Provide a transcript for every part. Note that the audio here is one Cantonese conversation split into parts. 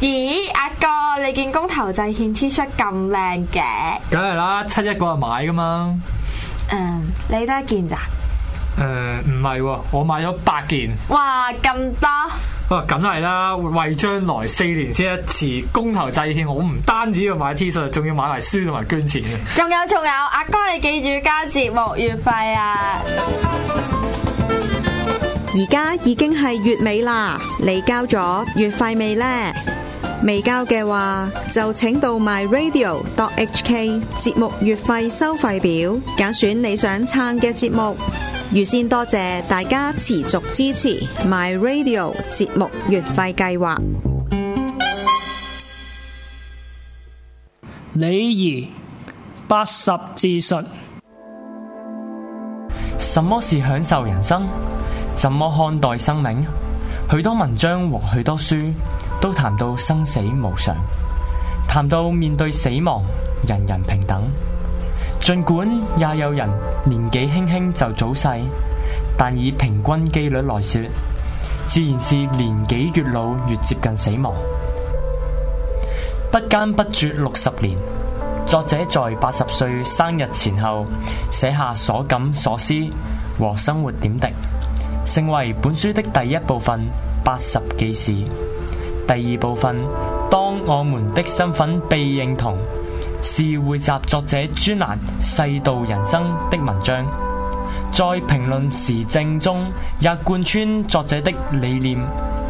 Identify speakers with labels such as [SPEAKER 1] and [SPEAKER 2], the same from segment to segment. [SPEAKER 1] 咦，阿哥，你件公投制憲 T 恤咁靚嘅，
[SPEAKER 2] 梗係啦，七一嗰日買噶嘛。
[SPEAKER 1] 嗯，你得一件咋？
[SPEAKER 2] 誒唔係喎，我買咗八件。
[SPEAKER 1] 哇，咁多，
[SPEAKER 2] 哇，梗係啦，為將來四年先一次公投制憲，我唔單止要買 T 恤，仲要買埋書同埋捐錢嘅。
[SPEAKER 1] 仲有仲有，阿哥你記住交節目月費啊！
[SPEAKER 3] 而家已經係月尾啦，你交咗月費未呢？未交嘅話，就請到 myradio.hk 節目月費收費表，揀選你想撐嘅節目。預先多謝大家持續支持 myradio 節目月費計劃。
[SPEAKER 4] 李仪八十自述。
[SPEAKER 5] 什麼是享受人生？怎麼看待生命？許多文章和許多書都談到生死無常，談到面對死亡，人人平等。儘管也有人年紀輕輕就早逝，但以平均機率來說，自然是年紀越老越接近死亡。不間不絕六十年，作者在八十歲生日前後寫下所感所思和生活點滴，成為本書的第一部分《八十記事》。第二部分《當我們的身份被認同》，是匯集作者專欄《世道人生》的文章，在評論時政中也貫穿作者的理念、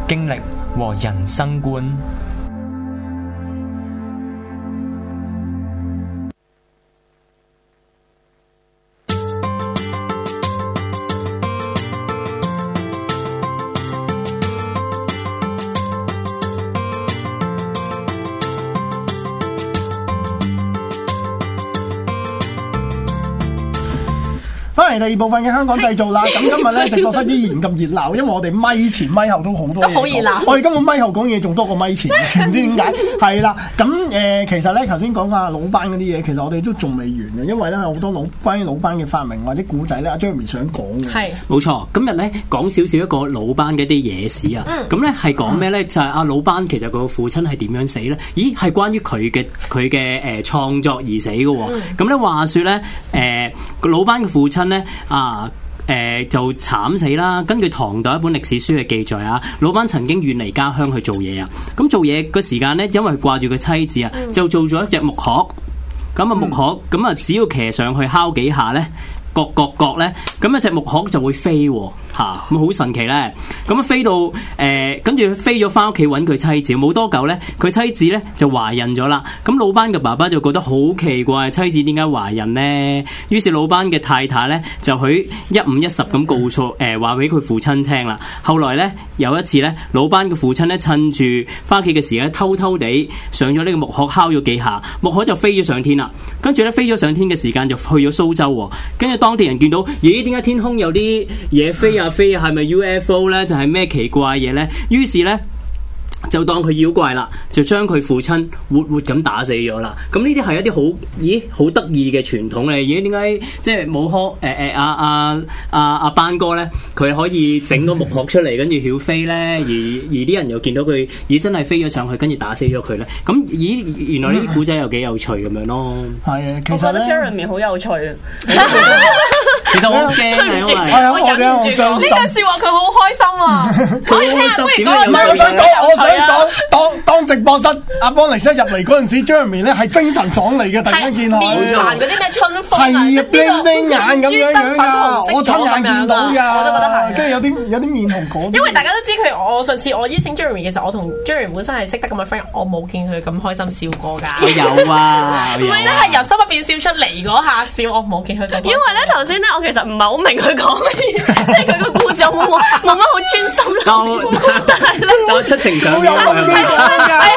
[SPEAKER 5] 經歷和人生觀。
[SPEAKER 6] 翻嚟第二部分嘅香港製造 啦，咁今日咧直播室依然咁熱鬧，因為我哋咪前咪後都好多嘢講。
[SPEAKER 7] 都好熱鬧
[SPEAKER 6] 我哋今日咪後講嘢仲多過 咪前，唔知點解。係啦，咁誒、呃其實咧頭先講話老班嗰啲嘢，其實我哋都仲未完嘅，因為咧好多老關於老班嘅發明或者古仔咧，阿 Jeremy 想講嘅。
[SPEAKER 7] 係
[SPEAKER 8] 冇錯，今日咧講少少一個魯班嘅一啲野史啊。咁咧係講咩咧？就係阿魯班其實佢個父親係點樣死咧？咦，係關於佢嘅佢嘅誒創作而死嘅喎。咁咧話說咧，誒個魯班嘅父親咧啊。誒、就慘死啦！根據唐代一本歷史書嘅記載啊，魯班曾經遠離家鄉去做嘢啊。咁做嘢嘅時間咧，因為掛住個妻子啊，就做咗一隻木殼。咁啊木殼，咁啊只要騎上去敲幾下咧，角角角咧，咁啊一隻木殼就會飛喎、嚇咁好神奇咧！咁啊飛到誒，跟、住飛咗翻屋企揾佢妻子，冇多久咧，佢妻子咧就懷孕咗啦。咁魯班嘅爸爸就覺得好奇怪，妻子點解懷孕呢？於是魯班嘅太太咧就佢一五一十咁告訴誒話俾佢父親聽啦。後來咧有一次咧，魯班嘅父親咧趁住翻屋企嘅時間，偷偷地上咗呢個木殼敲咗幾下，木殼就飛咗上天啦。跟住咧飛咗上天嘅時間就去咗蘇州喎。跟住當地人見到，咦？點解天空有啲嘢飛啊飛啊？係咪 UFO 咧？就係、咩奇怪嘢咧？於是咧。就當佢妖怪啦，就將佢父親活活咁打死咗啦。咁呢啲係一啲好，咦，好得意嘅傳統嚟。咦，點解即係冇殼？誒誒，阿阿阿阿班哥咧，佢可以整到木殼出嚟，跟住曉飛咧。而而啲人又見到佢，咦，真係飛咗上去，跟住打死咗佢咧。咁咦，原來呢啲古仔又幾有趣咁樣咯。
[SPEAKER 6] 係啊，其
[SPEAKER 7] 我覺
[SPEAKER 6] 實
[SPEAKER 7] 得
[SPEAKER 6] 咧。
[SPEAKER 7] Jeremy 好有趣啊！
[SPEAKER 8] 其實我好驚啊，
[SPEAKER 7] 對唔住，
[SPEAKER 8] 因為
[SPEAKER 6] 係啊
[SPEAKER 7] 我忍唔住
[SPEAKER 6] 我哋好
[SPEAKER 7] 講
[SPEAKER 6] 傷
[SPEAKER 7] 呢
[SPEAKER 6] 心
[SPEAKER 7] 句説話，佢好開心啊！ 可以聽下，不如
[SPEAKER 8] 點
[SPEAKER 7] 講
[SPEAKER 6] 唔係，
[SPEAKER 7] 個
[SPEAKER 6] 我想
[SPEAKER 7] 真
[SPEAKER 6] 講，我想
[SPEAKER 7] 係啊
[SPEAKER 6] 講，當當直播室阿邦尼室入嚟嗰陣時，Jeremy 咧係精神爽利嘅，突然間見
[SPEAKER 7] 係面
[SPEAKER 6] 佢
[SPEAKER 7] 泛嗰啲咩春風
[SPEAKER 6] 係
[SPEAKER 7] 啊，
[SPEAKER 6] 啊，
[SPEAKER 7] 即係呢
[SPEAKER 6] 冰
[SPEAKER 7] 個
[SPEAKER 6] 冰眼咁樣樣
[SPEAKER 7] 專登粉紅
[SPEAKER 6] 㗎，
[SPEAKER 7] 色
[SPEAKER 6] 我親眼見到
[SPEAKER 7] 咗咁樣啊
[SPEAKER 6] 㗎，
[SPEAKER 7] 我都覺得係。
[SPEAKER 6] 跟住有啲有啲面紅嗰啲。
[SPEAKER 7] 因為大家都知佢，我上次我邀請 Jeremy 嘅時候，我同 Jeremy 本身係識得咁嘅 friend，我冇見佢咁開心笑 過㗎。
[SPEAKER 8] 我有啊，
[SPEAKER 7] 唔
[SPEAKER 8] 我有
[SPEAKER 7] 係咧，
[SPEAKER 8] 啊
[SPEAKER 7] 係由心入邊笑出嚟嗰下笑，我冇見佢咁開心。
[SPEAKER 1] 因為咧頭先咧，我
[SPEAKER 9] 我其實唔係好明佢講乜嘢，即係佢個故事我冇冇冇乜好專心諗。但係咧，
[SPEAKER 8] 但我出情上啊面
[SPEAKER 9] 係係哎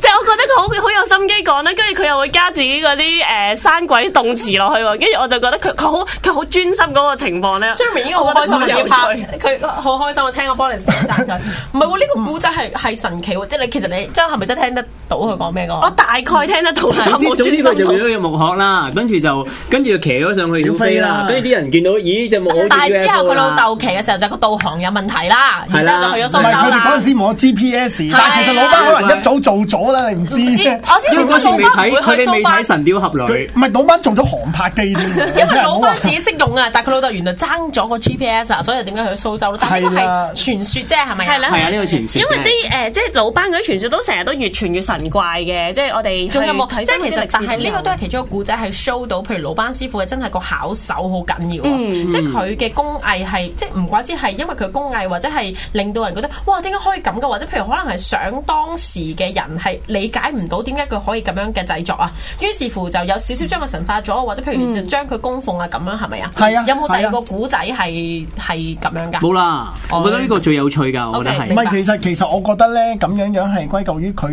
[SPEAKER 9] 即係我覺得佢好好有心機講啦，跟住佢又會加自己嗰啲誒生鬼動詞落去喎，跟住我就覺得佢佢好佢好專心嗰個情況咧。
[SPEAKER 7] Jeremy 已經好開心嘅拍，佢好開心啊！聽個 bonus 讚佢，唔係喎，呢個古仔係係神奇喎，即係你其實你真係咪真係聽得到佢講咩㗎？我
[SPEAKER 9] 大概聽得到啦，
[SPEAKER 8] 總
[SPEAKER 9] 冇專
[SPEAKER 8] 之
[SPEAKER 9] 心
[SPEAKER 8] 佢就
[SPEAKER 9] 到
[SPEAKER 8] 變咗隻木殼啦，跟住就跟住就騎咗上去要飛啦，跟住啲人見到，咦隻木殼
[SPEAKER 7] 啊但
[SPEAKER 8] 好似啊
[SPEAKER 7] 係之後
[SPEAKER 8] UFO
[SPEAKER 7] 佢老
[SPEAKER 8] 啦，
[SPEAKER 7] 豆騎嘅時候就個導航有問題啦，
[SPEAKER 8] 係
[SPEAKER 7] 然之
[SPEAKER 8] 啦
[SPEAKER 7] 後就去咗蘇
[SPEAKER 6] 唔係
[SPEAKER 7] 州
[SPEAKER 6] 佢哋嗰
[SPEAKER 7] 啦
[SPEAKER 6] 陣。時冇 GPS，但係其實老班可能一早做咗啦，你唔知
[SPEAKER 7] 知我知
[SPEAKER 8] 因為嗰時未睇，佢哋未睇《神雕俠侶》。
[SPEAKER 6] 佢唔係老班做咗航拍機添，
[SPEAKER 7] 因為老班自己識用啊，但係佢老豆原來爭咗個 GPS 啊，所以點解去咗蘇州咯？但係呢個
[SPEAKER 6] 係啦
[SPEAKER 7] 係傳說啫，係咪啊？
[SPEAKER 9] 係啦，
[SPEAKER 8] 係啊呢個傳說
[SPEAKER 9] 因為
[SPEAKER 8] 啫
[SPEAKER 9] 啲
[SPEAKER 7] 呃
[SPEAKER 9] 誒即係老班嗰啲傳說都成日都越傳越神怪嘅，即係我哋
[SPEAKER 7] 仲有冇
[SPEAKER 9] 睇
[SPEAKER 7] 即係其實，但係呢個都
[SPEAKER 9] 係
[SPEAKER 7] 係其中一個古仔係 show 到，譬如魯班師傅嘅真係個巧手好緊要啊！
[SPEAKER 9] 嗯
[SPEAKER 7] 即係佢嘅工藝係即係唔怪之係因為佢工藝或者係令到人覺得哇點解可以咁嘅，或者譬如可能係想當時嘅人係理解唔到點解佢可以咁樣嘅製作啊，
[SPEAKER 9] 嗯
[SPEAKER 7] 於是乎就有少少將佢神化咗，或者譬如就將佢供奉啊咁樣係咪啊？
[SPEAKER 6] 係啊
[SPEAKER 7] 有冇第
[SPEAKER 6] 係啊
[SPEAKER 7] 二個古仔係係咁樣㗎？
[SPEAKER 8] 冇啦，我覺得呢個最有趣㗎，我覺得
[SPEAKER 7] 哦 OK，
[SPEAKER 8] 係
[SPEAKER 6] 唔
[SPEAKER 7] 明白。
[SPEAKER 6] 係，其實其實我覺得咧，咁樣樣係歸咎於佢誒誒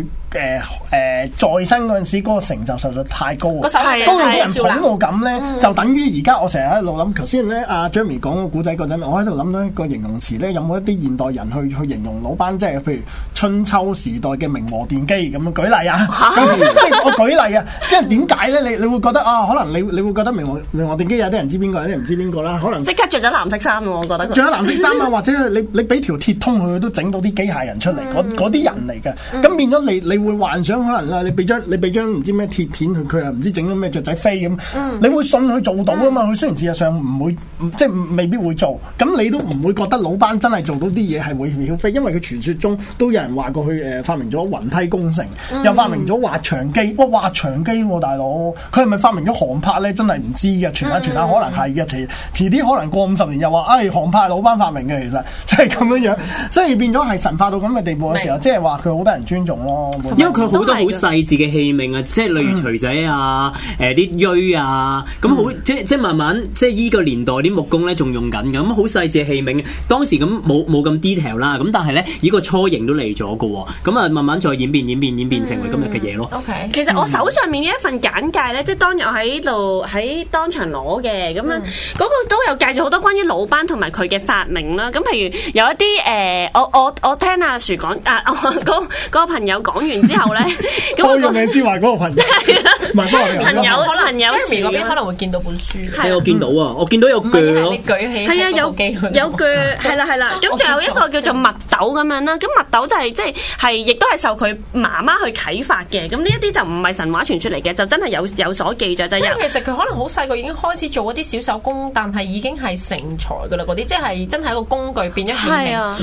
[SPEAKER 6] 再生嗰陣時嗰個成就實在太高啊
[SPEAKER 7] 個手藝
[SPEAKER 6] 高到啲人
[SPEAKER 7] 少啦
[SPEAKER 6] 捧到咁咧，就等於而家我成日喺度諗，頭先咧阿 Jeremy 講個古仔嗰陣，我喺度諗到一個形容詞咧，有冇一啲現代人去去形容老班，即係譬如春秋時代嘅明和電機咁樣舉 例啊，咁即係我舉例啊，因為點解咧？你你會覺得啊，可能你你會覺得明和明和電機有啲人知邊個，有啲人唔知邊個啦，可能
[SPEAKER 9] 即刻着咗藍色衫喎，我覺得
[SPEAKER 6] 着
[SPEAKER 9] 佢。
[SPEAKER 6] 咗藍色 衫啊，或者你你俾條鐵通佢，佢都整到啲機械人出嚟，嗰嗰啲人嚟嘅。咁變咗你你會幻想可能啊，你俾張你俾張唔知咩鐵片佢，佢又唔知整咗咩雀仔飛咁，你會信佢做到啊嘛？佢雖然事實上唔會，唔即係未必會做，咁你都唔會覺得老班真係做到啲嘢係會曉飛，因為佢傳說中都有人話過佢誒呃發明咗雲梯工程，又發明咗滑翔機。哇，滑翔機喎、大佬，佢係咪發明咗航拍咧？真係唔知嘅，傳下傳下可能係嘅，遲遲啲可能過五十年又話，唉、航拍係老班發明嘅，其實 即係咁樣樣，所以變咗係神化到咁嘅地步嘅時候，即係話佢好多人尊重咯。冇錯
[SPEAKER 8] 因為佢好多好細緻嘅器皿啊，即
[SPEAKER 7] 嗯
[SPEAKER 8] 係例如錘仔啊，誒啲鋏啊，咁好
[SPEAKER 7] 嗯
[SPEAKER 8] 即即慢慢即係依個年代啲木工咧仲用緊嘅，咁好細緻嘅器皿。當時咁冇冇咁 detail 啦，咁但係咧依個初型都嚟咗嘅喎，咁啊慢慢再演變演變演變成為今日嘅嘢咯。
[SPEAKER 7] OK，
[SPEAKER 9] 其實我手上面呢一份簡介咧，即係當日我喺度喺當場攞嘅，咁樣
[SPEAKER 7] 嗯
[SPEAKER 9] 嗰個都有介紹好多關於魯班同埋佢嘅發明啦。咁譬如有一啲誒、呃我我我聽阿樹講，啊，我嗰嗰個朋友講完之後咧，咁
[SPEAKER 6] 我
[SPEAKER 9] 我
[SPEAKER 6] 用
[SPEAKER 9] 個
[SPEAKER 6] 你思華嗰個朋友，唔係，sorry，
[SPEAKER 9] 朋友
[SPEAKER 7] 可能
[SPEAKER 9] 朋友
[SPEAKER 7] Jeremy 嗰邊
[SPEAKER 9] 樹
[SPEAKER 7] 可能會見到本書。
[SPEAKER 8] 係我見到啊，我見到有鋸
[SPEAKER 7] 係
[SPEAKER 8] 咯
[SPEAKER 7] 你。舉起
[SPEAKER 9] 係啊，有
[SPEAKER 7] 機
[SPEAKER 9] 有句係啦 係啦，咁仲有一個叫做墨豆咁樣啦。咁墨豆就係即係係亦都係受佢媽媽去啟發嘅。咁呢一啲就唔係神話傳說嚟嘅，就真係有有所記載，就
[SPEAKER 7] 即
[SPEAKER 9] 有
[SPEAKER 7] 係其實佢可能好細個已經開始做一啲小手工，但係已經係成才噶啦，嗰啲即係真係一個工具變咗變
[SPEAKER 9] 係
[SPEAKER 7] 名。
[SPEAKER 9] 啊，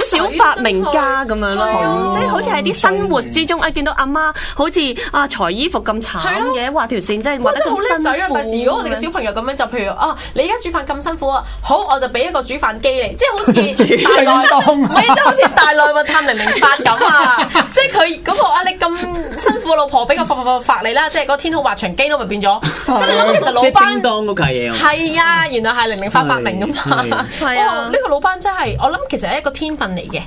[SPEAKER 9] 少少發明家咁樣
[SPEAKER 7] 啊
[SPEAKER 9] 咯，即係好似喺啲生活之中啊，見到阿媽好似啊裁衣服咁慘嘅，畫條線真係畫
[SPEAKER 7] 哇！
[SPEAKER 9] 得
[SPEAKER 7] 真係好叻仔啊！
[SPEAKER 9] 咁辛苦。
[SPEAKER 7] 第時如果我哋嘅小朋友咁樣，就譬如啊，你而家煮飯咁辛苦啊，好我就俾一個煮飯機你，即係好 似大內
[SPEAKER 6] 當
[SPEAKER 7] 唔係即係好似大內密探零零八咁 啊！即係佢嗰個啊，你咁辛苦，老婆俾個發發發發你啦，即係嗰個天空滑翔機都咪變 咗。即係你諗，其實老
[SPEAKER 8] 即係
[SPEAKER 7] 班
[SPEAKER 8] 叮。當嗰架嘢啊！
[SPEAKER 7] 係啊，原來係 零零發發明噶嘛
[SPEAKER 8] 係係。
[SPEAKER 9] 係啊
[SPEAKER 7] 哇呢個老班真係，我諗其實係一個天分嚟嘅。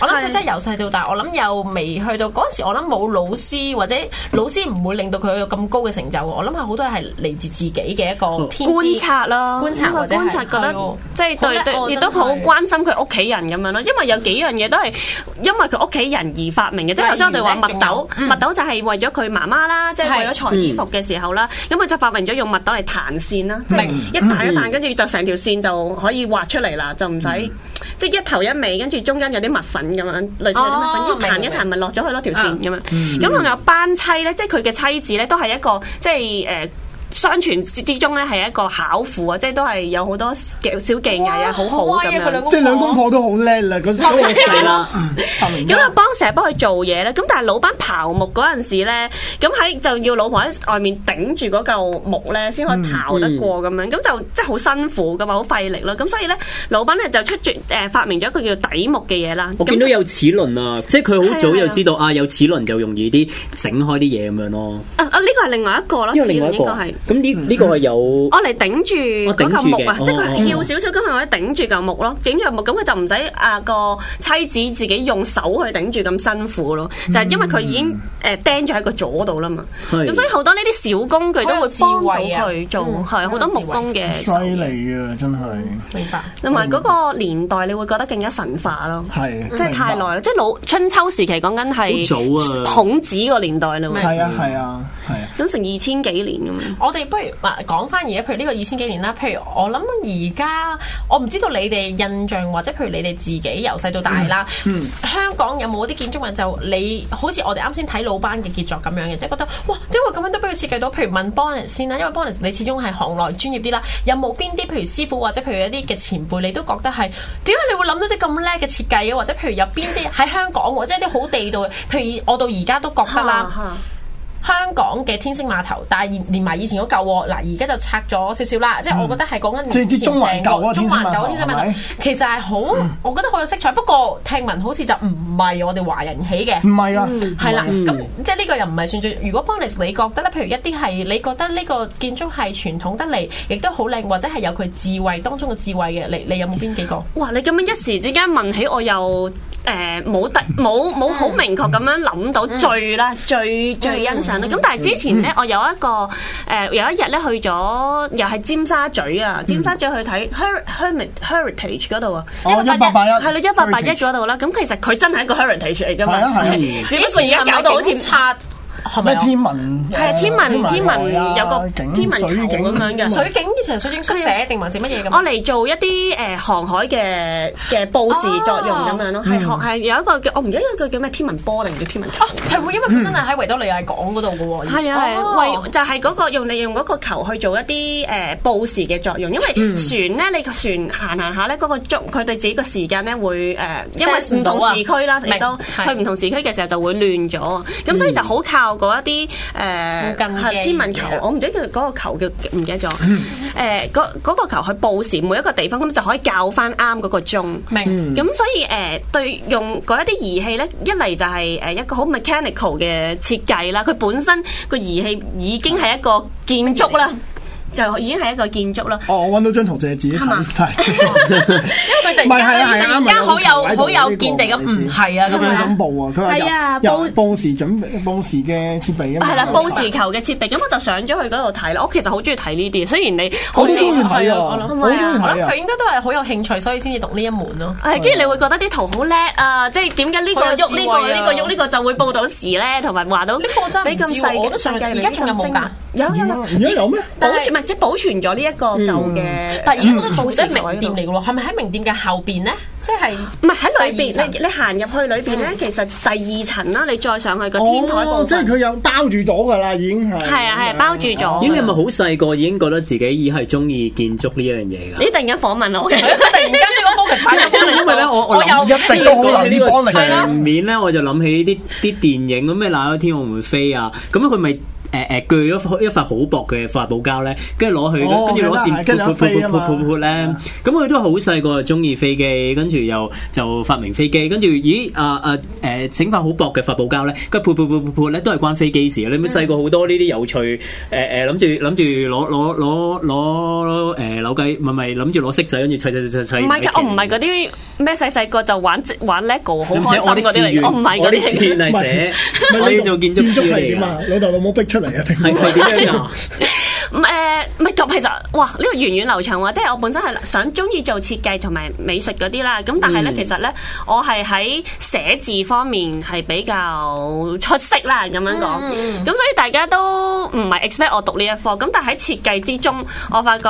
[SPEAKER 7] 我諗
[SPEAKER 9] 係
[SPEAKER 7] 佢真係由細到大，我諗又未去到嗰陣時，我諗冇老師或者老師唔會令到佢有咁高嘅成就。我諗係好多係嚟自自己嘅一個天資
[SPEAKER 9] 觀察啦，
[SPEAKER 7] 觀察或者係
[SPEAKER 9] 觀察覺得
[SPEAKER 7] 係喎
[SPEAKER 9] 即係對
[SPEAKER 7] 好叻喎
[SPEAKER 9] 對，亦都
[SPEAKER 7] 哦真係
[SPEAKER 9] 好關心佢屋企人咁樣咯。因為有幾樣嘢都係因為佢屋企人而發明嘅，即係頭先我哋話
[SPEAKER 7] 例如呢
[SPEAKER 9] 墨豆，
[SPEAKER 7] 仲有嗯嗯
[SPEAKER 9] 墨豆就係為咗佢媽媽啦，即係
[SPEAKER 7] 係
[SPEAKER 9] 為咗裁衣服嘅時候啦，咁佢就發明咗用墨豆嚟彈線啦，即係一彈
[SPEAKER 7] 嗯
[SPEAKER 9] 一彈，跟住就成條線就可以畫出嚟啦，就唔使。即係一頭一尾，跟住中間有啲蜜粉咁樣，類似有啲蜜粉，
[SPEAKER 7] 哦
[SPEAKER 9] 一彈一
[SPEAKER 7] 明
[SPEAKER 9] 彈咪落咗去咯條
[SPEAKER 7] 啊
[SPEAKER 9] 線咁樣。
[SPEAKER 8] 嗯
[SPEAKER 9] 咁同埋班妻咧，即係佢嘅妻子咧，都係一個即係誒。呃相傳之之中咧係一個巧婦啊，即係都係有好多嘅小技藝啊，好好咁
[SPEAKER 7] 威啊佢兩
[SPEAKER 9] 樣。
[SPEAKER 7] 公
[SPEAKER 6] 即係兩
[SPEAKER 7] 婆
[SPEAKER 6] 公婆都好叻啦，嗰嗰個
[SPEAKER 8] 係啦，
[SPEAKER 9] 咁啊，幫成日幫佢做嘢咧，咁但係老班刨木嗰陣時咧，咁喺就要老婆喺外面頂住嗰嚿木咧，先可以刨
[SPEAKER 8] 嗯
[SPEAKER 9] 得過咁樣，咁就即係好辛苦噶嘛，好費力咯。咁所以咧，老班咧就出絕誒發明咗一個叫底木嘅嘢啦。
[SPEAKER 8] 我見到
[SPEAKER 9] 咁就
[SPEAKER 8] 有齒輪啊，即係佢好早就知道啊，有齒輪就容易啲整開啲嘢咁樣咯。
[SPEAKER 9] 啊啊呢個係另外一個咯，
[SPEAKER 8] 呢個另外一
[SPEAKER 9] 應
[SPEAKER 8] 個
[SPEAKER 9] 該係
[SPEAKER 8] 咁呢呢個係有
[SPEAKER 1] 我嚟嗯哦頂住嗰嚿木啊，
[SPEAKER 8] 哦頂住嘅
[SPEAKER 1] 即係佢
[SPEAKER 8] 哦
[SPEAKER 1] 翹少少，咁佢可以頂住嚿木咯，頂住嚿木，咁佢就唔使啊個妻子自己用手去頂住咁辛苦咯，
[SPEAKER 8] 嗯
[SPEAKER 1] 就係因為佢已經誒釘咗喺個左度啦嘛，
[SPEAKER 6] 係
[SPEAKER 1] 咁所以好多呢啲小工具都會幫到
[SPEAKER 9] 好有智慧啊
[SPEAKER 1] 佢做，
[SPEAKER 9] 嗯
[SPEAKER 1] 係好多木工嘅
[SPEAKER 6] 犀利啊！真係
[SPEAKER 9] 明白。
[SPEAKER 1] 同埋嗰個年代，你會覺得更加神化咯，
[SPEAKER 6] 係
[SPEAKER 1] 即係太耐啦，即係老春秋時期講緊
[SPEAKER 8] 好
[SPEAKER 1] 係
[SPEAKER 8] 早啊
[SPEAKER 1] 孔子個年代啦喎，
[SPEAKER 6] 係啊係啊係啊！
[SPEAKER 1] 咁成二千幾年咁
[SPEAKER 7] 嗯
[SPEAKER 1] 樣。
[SPEAKER 9] 我哋不如啊講翻而家，譬如呢個二千幾年啦，譬如我諗而家，我唔知道你哋印象或者譬如你哋自己由細到大啦，香港有冇啲建築物就你好似我哋啱先睇老班嘅傑作咁樣嘅，即係覺得哇，點解咁樣都俾佢設計到？譬如問 Bonus 先啦，因為 Bonus 你始終係行內專業啲啦，有冇邊啲譬如師傅或者譬如一啲嘅前輩，你都覺得係點解你會諗到啲咁叻嘅設計嘅？或者譬如有邊啲喺香港喎，即係啲好地道嘅，譬如我到而家都覺得啦。香港嘅天星碼頭，但係連埋以前嗰舊喎，嗱而家就拆咗少少啦，即係我覺得係講緊
[SPEAKER 6] 嗯即係啲中環舊嗰個
[SPEAKER 9] 中環舊嗰個
[SPEAKER 6] 天
[SPEAKER 9] 天
[SPEAKER 6] 星碼頭係
[SPEAKER 9] 星碼
[SPEAKER 6] 咪嗯
[SPEAKER 9] 頭，其實係好，我覺得好有色彩。不過聽聞好似就唔係我哋華人起嘅
[SPEAKER 6] 唔。係啊，
[SPEAKER 1] 嗯
[SPEAKER 9] 係啦，咁
[SPEAKER 6] 嗯
[SPEAKER 9] 即係呢個又唔係算最。如果 bonus 你覺得咧，譬如一啲係你覺得呢個建築係傳統得嚟，亦都好靚，或者係有佢智慧當中嘅智慧嘅，你你有冇邊幾個？
[SPEAKER 1] 哇！你咁樣一時之間問起，我又誒冇特冇冇好明確咁樣諗到最啦，最最欣賞啦。咁但係之前咧，我有一個誒、呃有一日咧去咗，又係尖沙咀啊，尖沙咀去睇 Her- Hermit Heritage 嗰度啊，
[SPEAKER 6] 哦
[SPEAKER 1] 181
[SPEAKER 6] 181
[SPEAKER 1] 係啦，一八八一
[SPEAKER 6] Heritage
[SPEAKER 1] 嗰度啦。咁其實佢真係一個 Heritage 嚟㗎
[SPEAKER 6] 係啊
[SPEAKER 1] 嘛
[SPEAKER 6] 係啊，
[SPEAKER 1] 只不過而家搞到好似
[SPEAKER 9] 拆，係咪
[SPEAKER 6] 咩
[SPEAKER 9] 啊
[SPEAKER 6] 天文
[SPEAKER 1] 係啊
[SPEAKER 6] 誒
[SPEAKER 1] 天文天文
[SPEAKER 6] 台啊
[SPEAKER 1] 有個
[SPEAKER 6] 景
[SPEAKER 1] 天文
[SPEAKER 6] 水
[SPEAKER 1] 球
[SPEAKER 6] 景嗯
[SPEAKER 1] 咁樣嘅啊
[SPEAKER 9] 水景以前係水景宿舍定還是乜嘢咁？
[SPEAKER 1] 我嚟做一啲誒、呃航海嘅嘅報時作用
[SPEAKER 9] 哦
[SPEAKER 1] 咁樣咯，係
[SPEAKER 6] 嗯
[SPEAKER 1] 學係有一個叫我唔記得一個叫咩天文波定叫天文球
[SPEAKER 9] 哦。，係喎，因為佢真係喺維多利亞港嗰度嘅喎。
[SPEAKER 1] 係啊，
[SPEAKER 9] 哦
[SPEAKER 1] 係為就係嗰個用利用嗰個球去做一啲誒報時嘅作用，因為
[SPEAKER 6] 嗯
[SPEAKER 1] 船咧，你個船行行下咧，嗰個鐘佢哋自己個時間咧會誒，因為
[SPEAKER 9] Sense
[SPEAKER 1] 唔
[SPEAKER 9] 唔到
[SPEAKER 1] 同
[SPEAKER 9] 啊
[SPEAKER 1] 時區啦，
[SPEAKER 9] 明
[SPEAKER 1] 亦都
[SPEAKER 9] 係
[SPEAKER 1] 去唔同時區嘅時候就會亂咗，咁所以就好靠嗰一啲誒
[SPEAKER 9] 附近嘅
[SPEAKER 1] 係天文球
[SPEAKER 9] 嘢啦，
[SPEAKER 1] 我唔知叫嗰個球叫唔記得咗誒嗰嗰個球去報時每一個地方，咁就可以校翻啱嗰個鐘。
[SPEAKER 9] 明
[SPEAKER 1] 咁所以誒、呃、對用嗰一啲儀器咧，一嚟就係誒一個好 mechanical 嘅設計啦，佢本身個儀器已經係一個建築啦，就已經係一個建築啦。
[SPEAKER 6] 哦，我揾到張圖就係自己
[SPEAKER 1] 係嘛
[SPEAKER 6] 睇睇。
[SPEAKER 9] 佢突
[SPEAKER 6] 唔係係啊
[SPEAKER 9] 然
[SPEAKER 6] 係啊
[SPEAKER 9] 間
[SPEAKER 6] 啱
[SPEAKER 9] 突然間
[SPEAKER 6] 啊
[SPEAKER 9] 好有好
[SPEAKER 6] 我
[SPEAKER 9] 有
[SPEAKER 6] 睇到
[SPEAKER 9] 見
[SPEAKER 6] 呢個
[SPEAKER 9] 地咁，
[SPEAKER 6] 位置
[SPEAKER 9] 嗯係啊咁
[SPEAKER 6] 佢有
[SPEAKER 9] 樣
[SPEAKER 6] 咁。報啊！佢話
[SPEAKER 1] 係啊
[SPEAKER 6] 有
[SPEAKER 1] 報
[SPEAKER 6] 有報時準備報時嘅設備啊嘛，
[SPEAKER 1] 係啦，報時球嘅設備，咁我就上咗去嗰度睇啦。我其實好中意睇呢啲，雖然你好
[SPEAKER 6] 我
[SPEAKER 1] 似
[SPEAKER 6] 都中意睇
[SPEAKER 1] 係
[SPEAKER 6] 啊，
[SPEAKER 1] 我
[SPEAKER 6] 我
[SPEAKER 1] 諗
[SPEAKER 6] 都
[SPEAKER 1] 係
[SPEAKER 6] 中
[SPEAKER 1] 咪
[SPEAKER 6] 意
[SPEAKER 1] 啊？
[SPEAKER 9] 我諗
[SPEAKER 6] 睇啊
[SPEAKER 9] 佢。應該都係好有興趣，所以先至讀呢一門咯。
[SPEAKER 1] 係，跟住你會覺得啲圖好叻啊！即係點解呢個
[SPEAKER 9] 好有
[SPEAKER 1] 喐呢
[SPEAKER 9] 智
[SPEAKER 1] 個
[SPEAKER 9] 慧啊
[SPEAKER 1] 呢個喐呢個就會報到時咧，同埋話到
[SPEAKER 9] 呢個我真係唔
[SPEAKER 1] 俾咁
[SPEAKER 9] 知
[SPEAKER 1] 細
[SPEAKER 9] 喎我
[SPEAKER 1] 嘅
[SPEAKER 9] 都想
[SPEAKER 1] 世界
[SPEAKER 9] 而
[SPEAKER 1] 嚟
[SPEAKER 9] 家仲有冇㗎
[SPEAKER 1] 有有有。
[SPEAKER 6] 而家有咩？
[SPEAKER 1] 保存唔係即係保存咗呢一個舊嘅，
[SPEAKER 9] 但係而家都做
[SPEAKER 1] 報
[SPEAKER 9] 得
[SPEAKER 1] 紙
[SPEAKER 9] 名店嚟嘅喎，係咪喺名店嘅後邊咧？即 係
[SPEAKER 1] 唔係喺裏
[SPEAKER 9] 第
[SPEAKER 1] 邊，
[SPEAKER 9] 二
[SPEAKER 1] 你
[SPEAKER 9] 層
[SPEAKER 1] 你行入去裏邊咧，其實第二層啦，你再上去個天台
[SPEAKER 6] 哦
[SPEAKER 1] 部，
[SPEAKER 6] 即
[SPEAKER 1] 分，
[SPEAKER 6] 係佢有包住咗㗎啦，已經係。
[SPEAKER 1] 係啊係啊包住咗
[SPEAKER 8] 咦？你係咪好細個已經覺得自己已係中意建築呢樣嘢㗎？
[SPEAKER 1] 你突然間訪問我，
[SPEAKER 9] 佢突然間將個 focus 擺入
[SPEAKER 8] 因為咧，我我
[SPEAKER 9] 我又
[SPEAKER 8] 諗
[SPEAKER 6] 一直都好留意幫你
[SPEAKER 8] 呢個場面咧，我就諗起啲啲電影咁咩《那一天我們會飛》啊，咁佢咪。誒誒鋸咗一塊好薄嘅發泡膠咧，跟住攞去，
[SPEAKER 6] 哦
[SPEAKER 8] 跟住攞線
[SPEAKER 6] 記
[SPEAKER 8] 潑
[SPEAKER 6] 得
[SPEAKER 8] 潑潑潑潑潑
[SPEAKER 6] 係
[SPEAKER 8] 咧
[SPEAKER 6] 啊，
[SPEAKER 8] 咁佢都好細個就中意飛機，跟住又就發明飛機，跟住咦啊啊誒整塊好薄嘅發泡膠咧，跟住潑潑潑潑潑咧都係關飛機事嘅。你咪細個好多呢啲有趣誒誒諗住諗住攞攞攞攞誒扭計，唔係唔係諗住攞色仔跟住砌砌砌砌砌。
[SPEAKER 1] 唔係㗎，我唔係嗰啲咩細細個就玩玩 lego 好
[SPEAKER 8] 你唔寫
[SPEAKER 1] 開心嗰
[SPEAKER 8] 我啲
[SPEAKER 1] 啲
[SPEAKER 8] 志
[SPEAKER 1] 嚟
[SPEAKER 8] 願，
[SPEAKER 1] 㗎，我唔係嗰
[SPEAKER 8] 我啲志
[SPEAKER 1] 啲
[SPEAKER 8] 願
[SPEAKER 1] 嚟㗎。
[SPEAKER 8] 係寫我要做建築師
[SPEAKER 6] 係
[SPEAKER 8] 嚟
[SPEAKER 6] 點
[SPEAKER 8] 㗎
[SPEAKER 6] 啊？老豆老母逼出嚟啊！定
[SPEAKER 8] 係佢點樣啊？
[SPEAKER 1] 唔誒唔係咁，其實哇呢個源遠流長喎，即係我本身係想中意做設計同埋美術嗰啲啦，咁但係
[SPEAKER 6] 嗯
[SPEAKER 1] 咧其實咧我係喺寫字方面係比較出色啦咁樣講，
[SPEAKER 6] 嗯
[SPEAKER 1] 咁所以大家都唔係 expect 我讀呢一科，咁但係喺設計之中，我發覺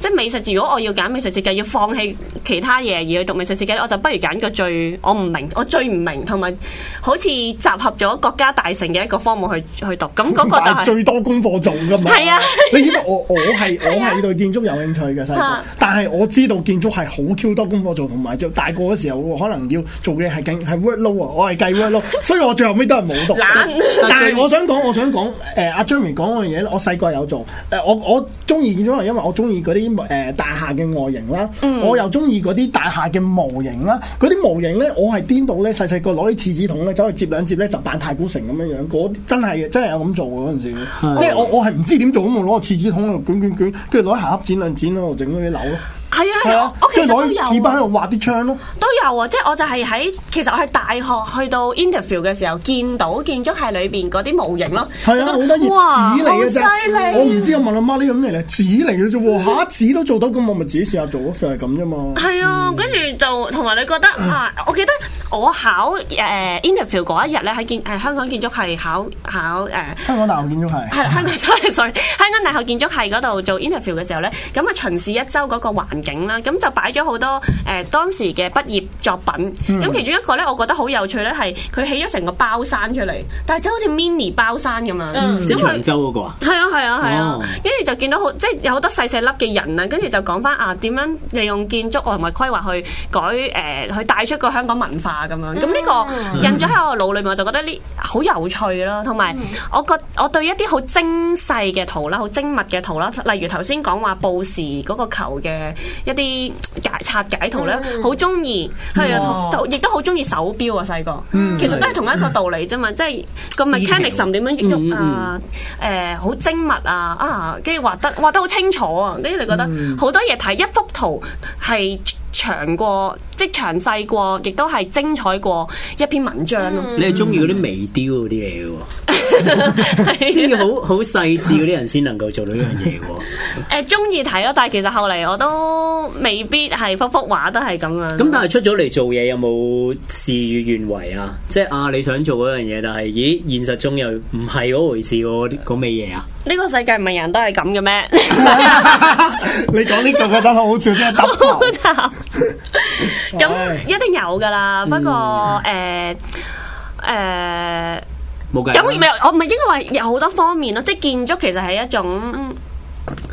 [SPEAKER 1] 即係美術，如果我要揀美術設計，要放棄其他嘢而去讀美術設計，我就不如揀個最我唔明，我最唔明同埋好似集合咗國家大成嘅一個科目去去讀，咁嗰個就
[SPEAKER 6] 但
[SPEAKER 1] 係、
[SPEAKER 6] 係最多功課做㗎嘛。
[SPEAKER 1] 係啊
[SPEAKER 6] 你知道我我係我係對建築有興趣嘅細個
[SPEAKER 1] 啊，
[SPEAKER 6] 但係我知道建築係好 Q 多功課做，同埋做大個嗰時候可能要做嘅係緊係 workload 啊，我係計 workload，所以我最後尾都係冇讀。但係我想講，我想講誒阿 Jeremy 講嗰樣嘢咧，我細個有做誒，我我中意建築係因為我中意嗰啲啲誒、呃大廈嘅外形啦，
[SPEAKER 10] 嗯
[SPEAKER 6] 我又中意嗰啲大廈嘅模型啦，嗰啲模型咧，我係顛到咧細細個攞啲廁紙筒咧走去接兩接咧就扮太古城咁樣樣，嗰啲真係真係有咁做嘅嗰陣時，即係我我係唔知點做咁，我攞個廁紙筒喺度捲捲捲，跟住攞下盒剪兩剪咯，我整嗰啲樓咯，
[SPEAKER 9] 係啊係啊，我其
[SPEAKER 6] 跟
[SPEAKER 9] 實
[SPEAKER 6] 住
[SPEAKER 9] 都
[SPEAKER 6] 攞
[SPEAKER 9] 有
[SPEAKER 6] 啲紙板喺
[SPEAKER 9] 啊
[SPEAKER 6] 度畫啲窗咯。
[SPEAKER 9] 都有啊，即係我就係喺其實我係大學去到 interview 嘅時候見到建築系裏邊嗰啲模型咯，
[SPEAKER 6] 係啊，好得意，
[SPEAKER 9] 哇
[SPEAKER 6] 紙嚟嘅
[SPEAKER 9] 好犀
[SPEAKER 6] 啫。
[SPEAKER 9] 利
[SPEAKER 6] 我唔知我問阿媽呢個咩嚟，紙嚟嘅啫喎，嚇紙都做到，咁我咪自己試下做咯，就係咁啫嘛。
[SPEAKER 9] 係啊，跟住就同埋你覺得啊，
[SPEAKER 6] 嗯
[SPEAKER 9] 我記得我考誒、呃 interview 嗰一日咧，喺建誒香港建築系考考誒。呃
[SPEAKER 6] 香港大學建築係。
[SPEAKER 9] 係啦，香港 sorry sorry，香港大學建築系嗰度做 interview 嘅時候咧，咁啊巡視一周嗰個環境啦，咁就擺咗好多誒、呃、當時嘅畢業作品。咁、
[SPEAKER 1] 嗯
[SPEAKER 9] 其中一個咧，我覺得好有趣咧，係佢起咗成個包山出嚟，但係真係好似 mini 包山咁樣，
[SPEAKER 8] 即係
[SPEAKER 9] 因為
[SPEAKER 8] 長洲嗰個啊。
[SPEAKER 9] 係啊係啊係啊
[SPEAKER 8] 哦，
[SPEAKER 9] 跟住就見到好即係有好多細細粒嘅人啊，跟住就講翻啊點樣利用建築哦同埋規劃去改誒、呃去帶出個香港文化咁樣。咁呢個
[SPEAKER 1] 嗯
[SPEAKER 9] 印咗喺我腦裏面，我就覺得呢好有趣咯。同埋我覺我對一啲好精細嘅圖啦，好精密嘅圖啦，例如頭先講話布時嗰個球嘅一啲解拆解圖咧，好中意係啊，
[SPEAKER 1] 嗯哇
[SPEAKER 9] 同亦都好中意手錶啊細個
[SPEAKER 1] 嗯，
[SPEAKER 9] 其實都係同一個道理啫嘛，即係個 mechanism 點
[SPEAKER 1] 嗯
[SPEAKER 9] 樣喐啊。誒好、精密啊啊，跟住畫得畫得好清楚啊，跟住你覺得
[SPEAKER 1] 嗯
[SPEAKER 9] 好多嘢睇，一幅圖係長過，即係詳細過，亦都係精彩過一篇文章咯。
[SPEAKER 8] 你係中意嗰啲微雕嗰啲 嘢嘅喎，即嗯係啊好好細緻嗰啲人先能夠做到呢樣嘢喎。
[SPEAKER 9] 誒中意睇咯，但係其實後嚟我都未必係幅幅畫都係咁樣。
[SPEAKER 8] 咁但係出咗嚟做嘢有冇事與願違啊？即係啊，你想做嗰樣嘢，但係咦，現實中又唔係嗰回事喎，啲嗰味嘢啊？
[SPEAKER 9] 呢個世界唔係人都係咁 嘅咩？
[SPEAKER 6] 你講呢個真係好笑，真係揼頭。
[SPEAKER 9] 咁一定有噶啦，不過誒誒。
[SPEAKER 8] 嗯冇計
[SPEAKER 9] 咁
[SPEAKER 8] 啦。
[SPEAKER 9] 咪我唔係應該話有好多方面咯，即係建築其實係一種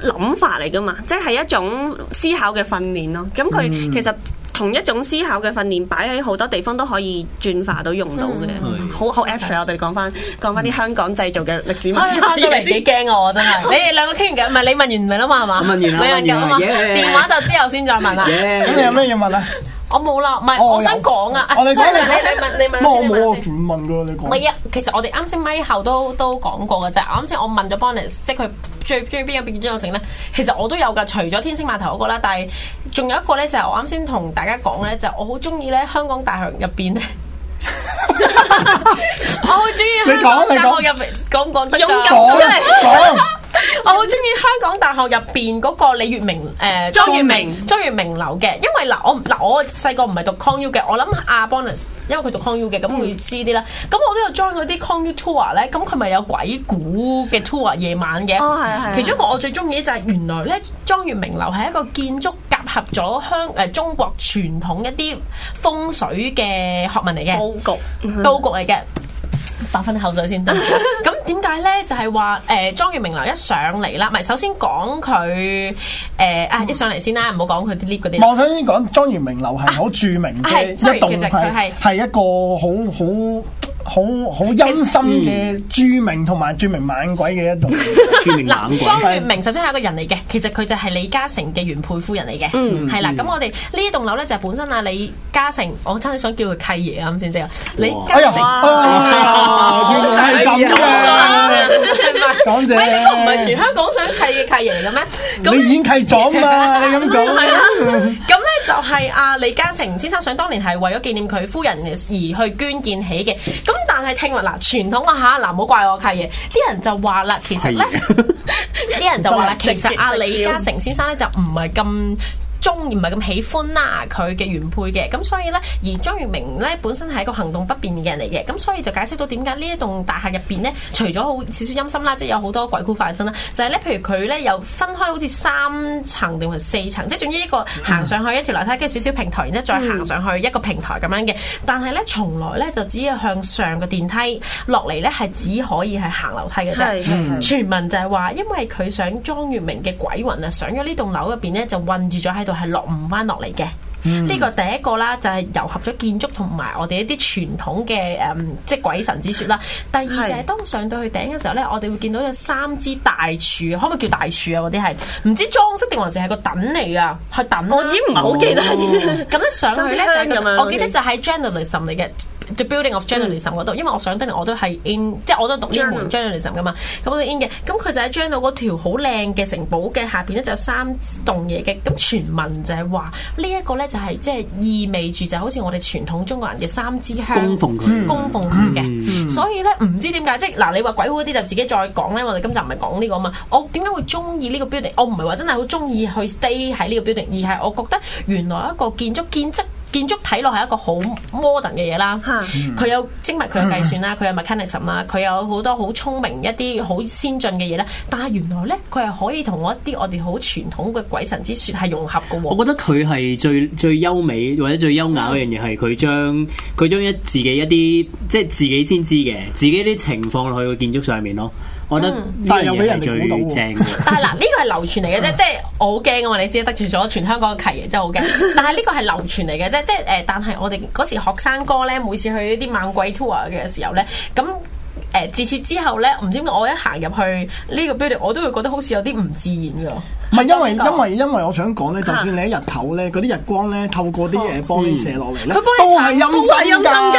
[SPEAKER 9] 諗法嚟噶嘛，即係一種思考嘅訓練咯。咁佢
[SPEAKER 1] 嗯
[SPEAKER 9] 其實同一種思考嘅訓練擺喺好多地方都可以轉化到用到嘅，好好 extra。我哋講翻講翻啲香港製造嘅歷史文化
[SPEAKER 1] 翻到嚟幾驚啊！我真係，你哋兩個傾完偈，唔係你問完咪啦嘛，係嘛？
[SPEAKER 9] 我問完啦
[SPEAKER 1] 冇人夠啊嘛，
[SPEAKER 9] 問完啦耶
[SPEAKER 1] 電話就之後先再問啦。
[SPEAKER 6] 咁你有咩嘢問啊？
[SPEAKER 1] 我冇啦，唔
[SPEAKER 6] 哦
[SPEAKER 1] 係，我
[SPEAKER 6] 有
[SPEAKER 1] 想講啊。
[SPEAKER 6] 我哋講
[SPEAKER 1] sorry，
[SPEAKER 6] 你
[SPEAKER 1] 你你問你
[SPEAKER 6] 乜我
[SPEAKER 1] 問先，你
[SPEAKER 6] 冇
[SPEAKER 1] 問
[SPEAKER 6] 啊，
[SPEAKER 1] 先。
[SPEAKER 6] 全問噶你講。
[SPEAKER 1] 唔係啊，其實我哋啱先咪後都都講過嘅啫。啱先我問咗 Bonus，即係佢最中意邊個變咗成咧？其實我都有㗎，除咗天星碼頭嗰個啦，但係仲有一個咧，就係我啱先同大家講咧，就係我好中意咧香港大學入邊 咧。我好中意香港
[SPEAKER 9] 你講
[SPEAKER 1] 大
[SPEAKER 9] 你講
[SPEAKER 1] 學入邊講唔講得㗎
[SPEAKER 9] 勇敢講出嚟講
[SPEAKER 1] 我好中意香港大學入邊嗰個李月明誒
[SPEAKER 9] 莊月明
[SPEAKER 1] 莊月明樓嘅，因為嗱我嗱我細個唔係讀 ConU 嘅，我諗阿 Bonus 因為佢讀 ConU 嘅，咁
[SPEAKER 9] 嗯
[SPEAKER 1] 佢知啲啦。咁我都有 join 嗰啲 ConU tour 啊咧，咁佢咪有鬼故嘅 tour 啊夜晚嘅。
[SPEAKER 9] 哦係係係
[SPEAKER 1] 其中一個我最中意就係原來咧莊月明樓係一個建築夾合咗香誒中國傳統一啲風水嘅學問嚟嘅
[SPEAKER 9] 佈局嗯
[SPEAKER 1] 佈局嚟嘅。白分口水先得。咁點解咧？就係話誒莊月明樓一上嚟啦，唔係首先講佢誒啊一上嚟先啦，唔好講佢啲 lift 嗰啲
[SPEAKER 6] 我
[SPEAKER 1] 啦。
[SPEAKER 6] 想先講莊嚴明樓係好著名
[SPEAKER 1] 啊
[SPEAKER 6] 嘅
[SPEAKER 1] 係
[SPEAKER 6] 一
[SPEAKER 1] ，sorry，其
[SPEAKER 6] 棟
[SPEAKER 1] 實佢
[SPEAKER 6] 係
[SPEAKER 1] 係
[SPEAKER 6] 係一個好好好好陰森
[SPEAKER 1] 嗯
[SPEAKER 6] 嘅著名同埋著名猛鬼 嘅一棟。
[SPEAKER 8] 著名
[SPEAKER 1] 嗱，莊月明首先係一個人嚟嘅，其實佢就係李嘉誠嘅原配夫人嚟嘅，
[SPEAKER 8] 嗯
[SPEAKER 1] 係啦。
[SPEAKER 8] 嗯
[SPEAKER 1] 咁我哋呢一棟樓咧就係本身啊李嘉誠，我真係想叫佢契爺啊咁先正啊。李嘉
[SPEAKER 6] 哎呀，
[SPEAKER 1] 誠，啊
[SPEAKER 6] 哎呀原來係咁嘅，講者，
[SPEAKER 1] 喂，你啊都唔係全香港想契嘅契爺嘅咩？咁
[SPEAKER 6] 你演契咗嘛？你咁講，
[SPEAKER 1] 係啊，咁咧就係阿李嘉誠先生想當年係為咗紀念佢夫人而去捐建起嘅。咁但係聽聞嗱傳統啊嚇，嗱唔好怪我契爺，啲人就話啦，其實咧，啲人就話啦，其實阿李嘉誠先生咧就唔係咁。中意唔係咁喜歡啦，佢嘅原配嘅，咁所以呢，而莊月明呢本身係一個行動不便嘅人嚟嘅，咁所以就解釋到點解呢一棟大廈入邊呢，除咗好少少陰森啦，即係有好多鬼故發生啦，就係、呢，譬如佢呢有分開好似三層定係四層，即係總之一個行上去一條樓梯，跟住少少平台，然之後再行上去一個平台咁樣嘅，但係呢，從來呢就只有向上嘅電梯落嚟呢，係只可以係行樓梯嘅
[SPEAKER 9] 係係係
[SPEAKER 1] 啫，傳聞就係話，因為佢想莊月明嘅鬼魂啊，上咗呢棟樓入邊咧，就困住咗喺度，係落唔翻落嚟嘅。
[SPEAKER 7] 呢個第一個啦，就係糅合咗建築同埋我哋一啲傳統嘅誒，嗯即係鬼神之説啦。第二就係當上到去頂嘅時候咧，我哋會見到有三支大柱，可唔可以叫大柱啊？嗰啲係唔知裝飾定還是係個凳嚟㗎？係凳啦。
[SPEAKER 9] 我已經唔係好記得係點
[SPEAKER 7] 咁咧上去咧就係
[SPEAKER 9] 三支哦香咁
[SPEAKER 7] 個
[SPEAKER 9] 樣
[SPEAKER 7] 我記得就喺 journalism 嚟嘅。The building of journalism 嗰度，因為我上得嚟我都係 in，即係我都讀英文 journalism 噶嘛，咁我都 in 嘅。咁佢就喺 journal 嗰條好靚嘅城堡嘅下邊咧，就有三棟嘢嘅。咁傳聞就係話呢一個咧就係即係意味住就好似我哋傳統中國人嘅三支香
[SPEAKER 8] 供奉佢
[SPEAKER 7] 供奉佢嘅。所以咧唔知點解，即係嗱你話鬼屋嗰啲就自己再講咧，我哋今集唔係講呢個啊嘛。我點解會中意呢個 building？我唔係話真係好中意去 stay 喺呢個 building，而係我覺得原來一個建築建築。建築睇落係一個好 modern 嘅嘢啦，佢有精密，佢有計
[SPEAKER 9] 嗯
[SPEAKER 7] 算啦，佢有 mechanism 啦，佢有好多好聰明一啲好先進嘅嘢咧。但係原來咧，佢係可以同我一啲我哋好傳統嘅鬼神之説係融合嘅喎。
[SPEAKER 8] 我覺得佢係最最優美或者最優雅嗰樣嘢係佢將佢將一自己一啲即係自己先知嘅自己啲情況落去個建築上面咯。我覺得呢
[SPEAKER 9] 嗯
[SPEAKER 8] 樣嘢係最正嘅。
[SPEAKER 7] 但係嗱，呢個係流傳嚟嘅啫，即係我好驚啊嘛！你知得罪咗全香港嘅契爺，真係好驚。但係呢個係流傳嚟嘅啫，即係誒，但係我哋嗰時學生哥咧，每次去啲猛鬼 tour 嘅時候咧，咁。誒自此之後咧，唔知點解我一行入去呢個 building，我都會覺得好似有啲唔自然㗎。
[SPEAKER 6] 唔係因為因為因為我想講咧，就算你喺日頭咧，嗰啲日光咧透過啲誒玻璃射落嚟
[SPEAKER 7] 佢
[SPEAKER 6] 咧，都
[SPEAKER 7] 幫
[SPEAKER 6] 係
[SPEAKER 7] 你
[SPEAKER 6] 陰
[SPEAKER 7] 搽
[SPEAKER 6] 森㗎。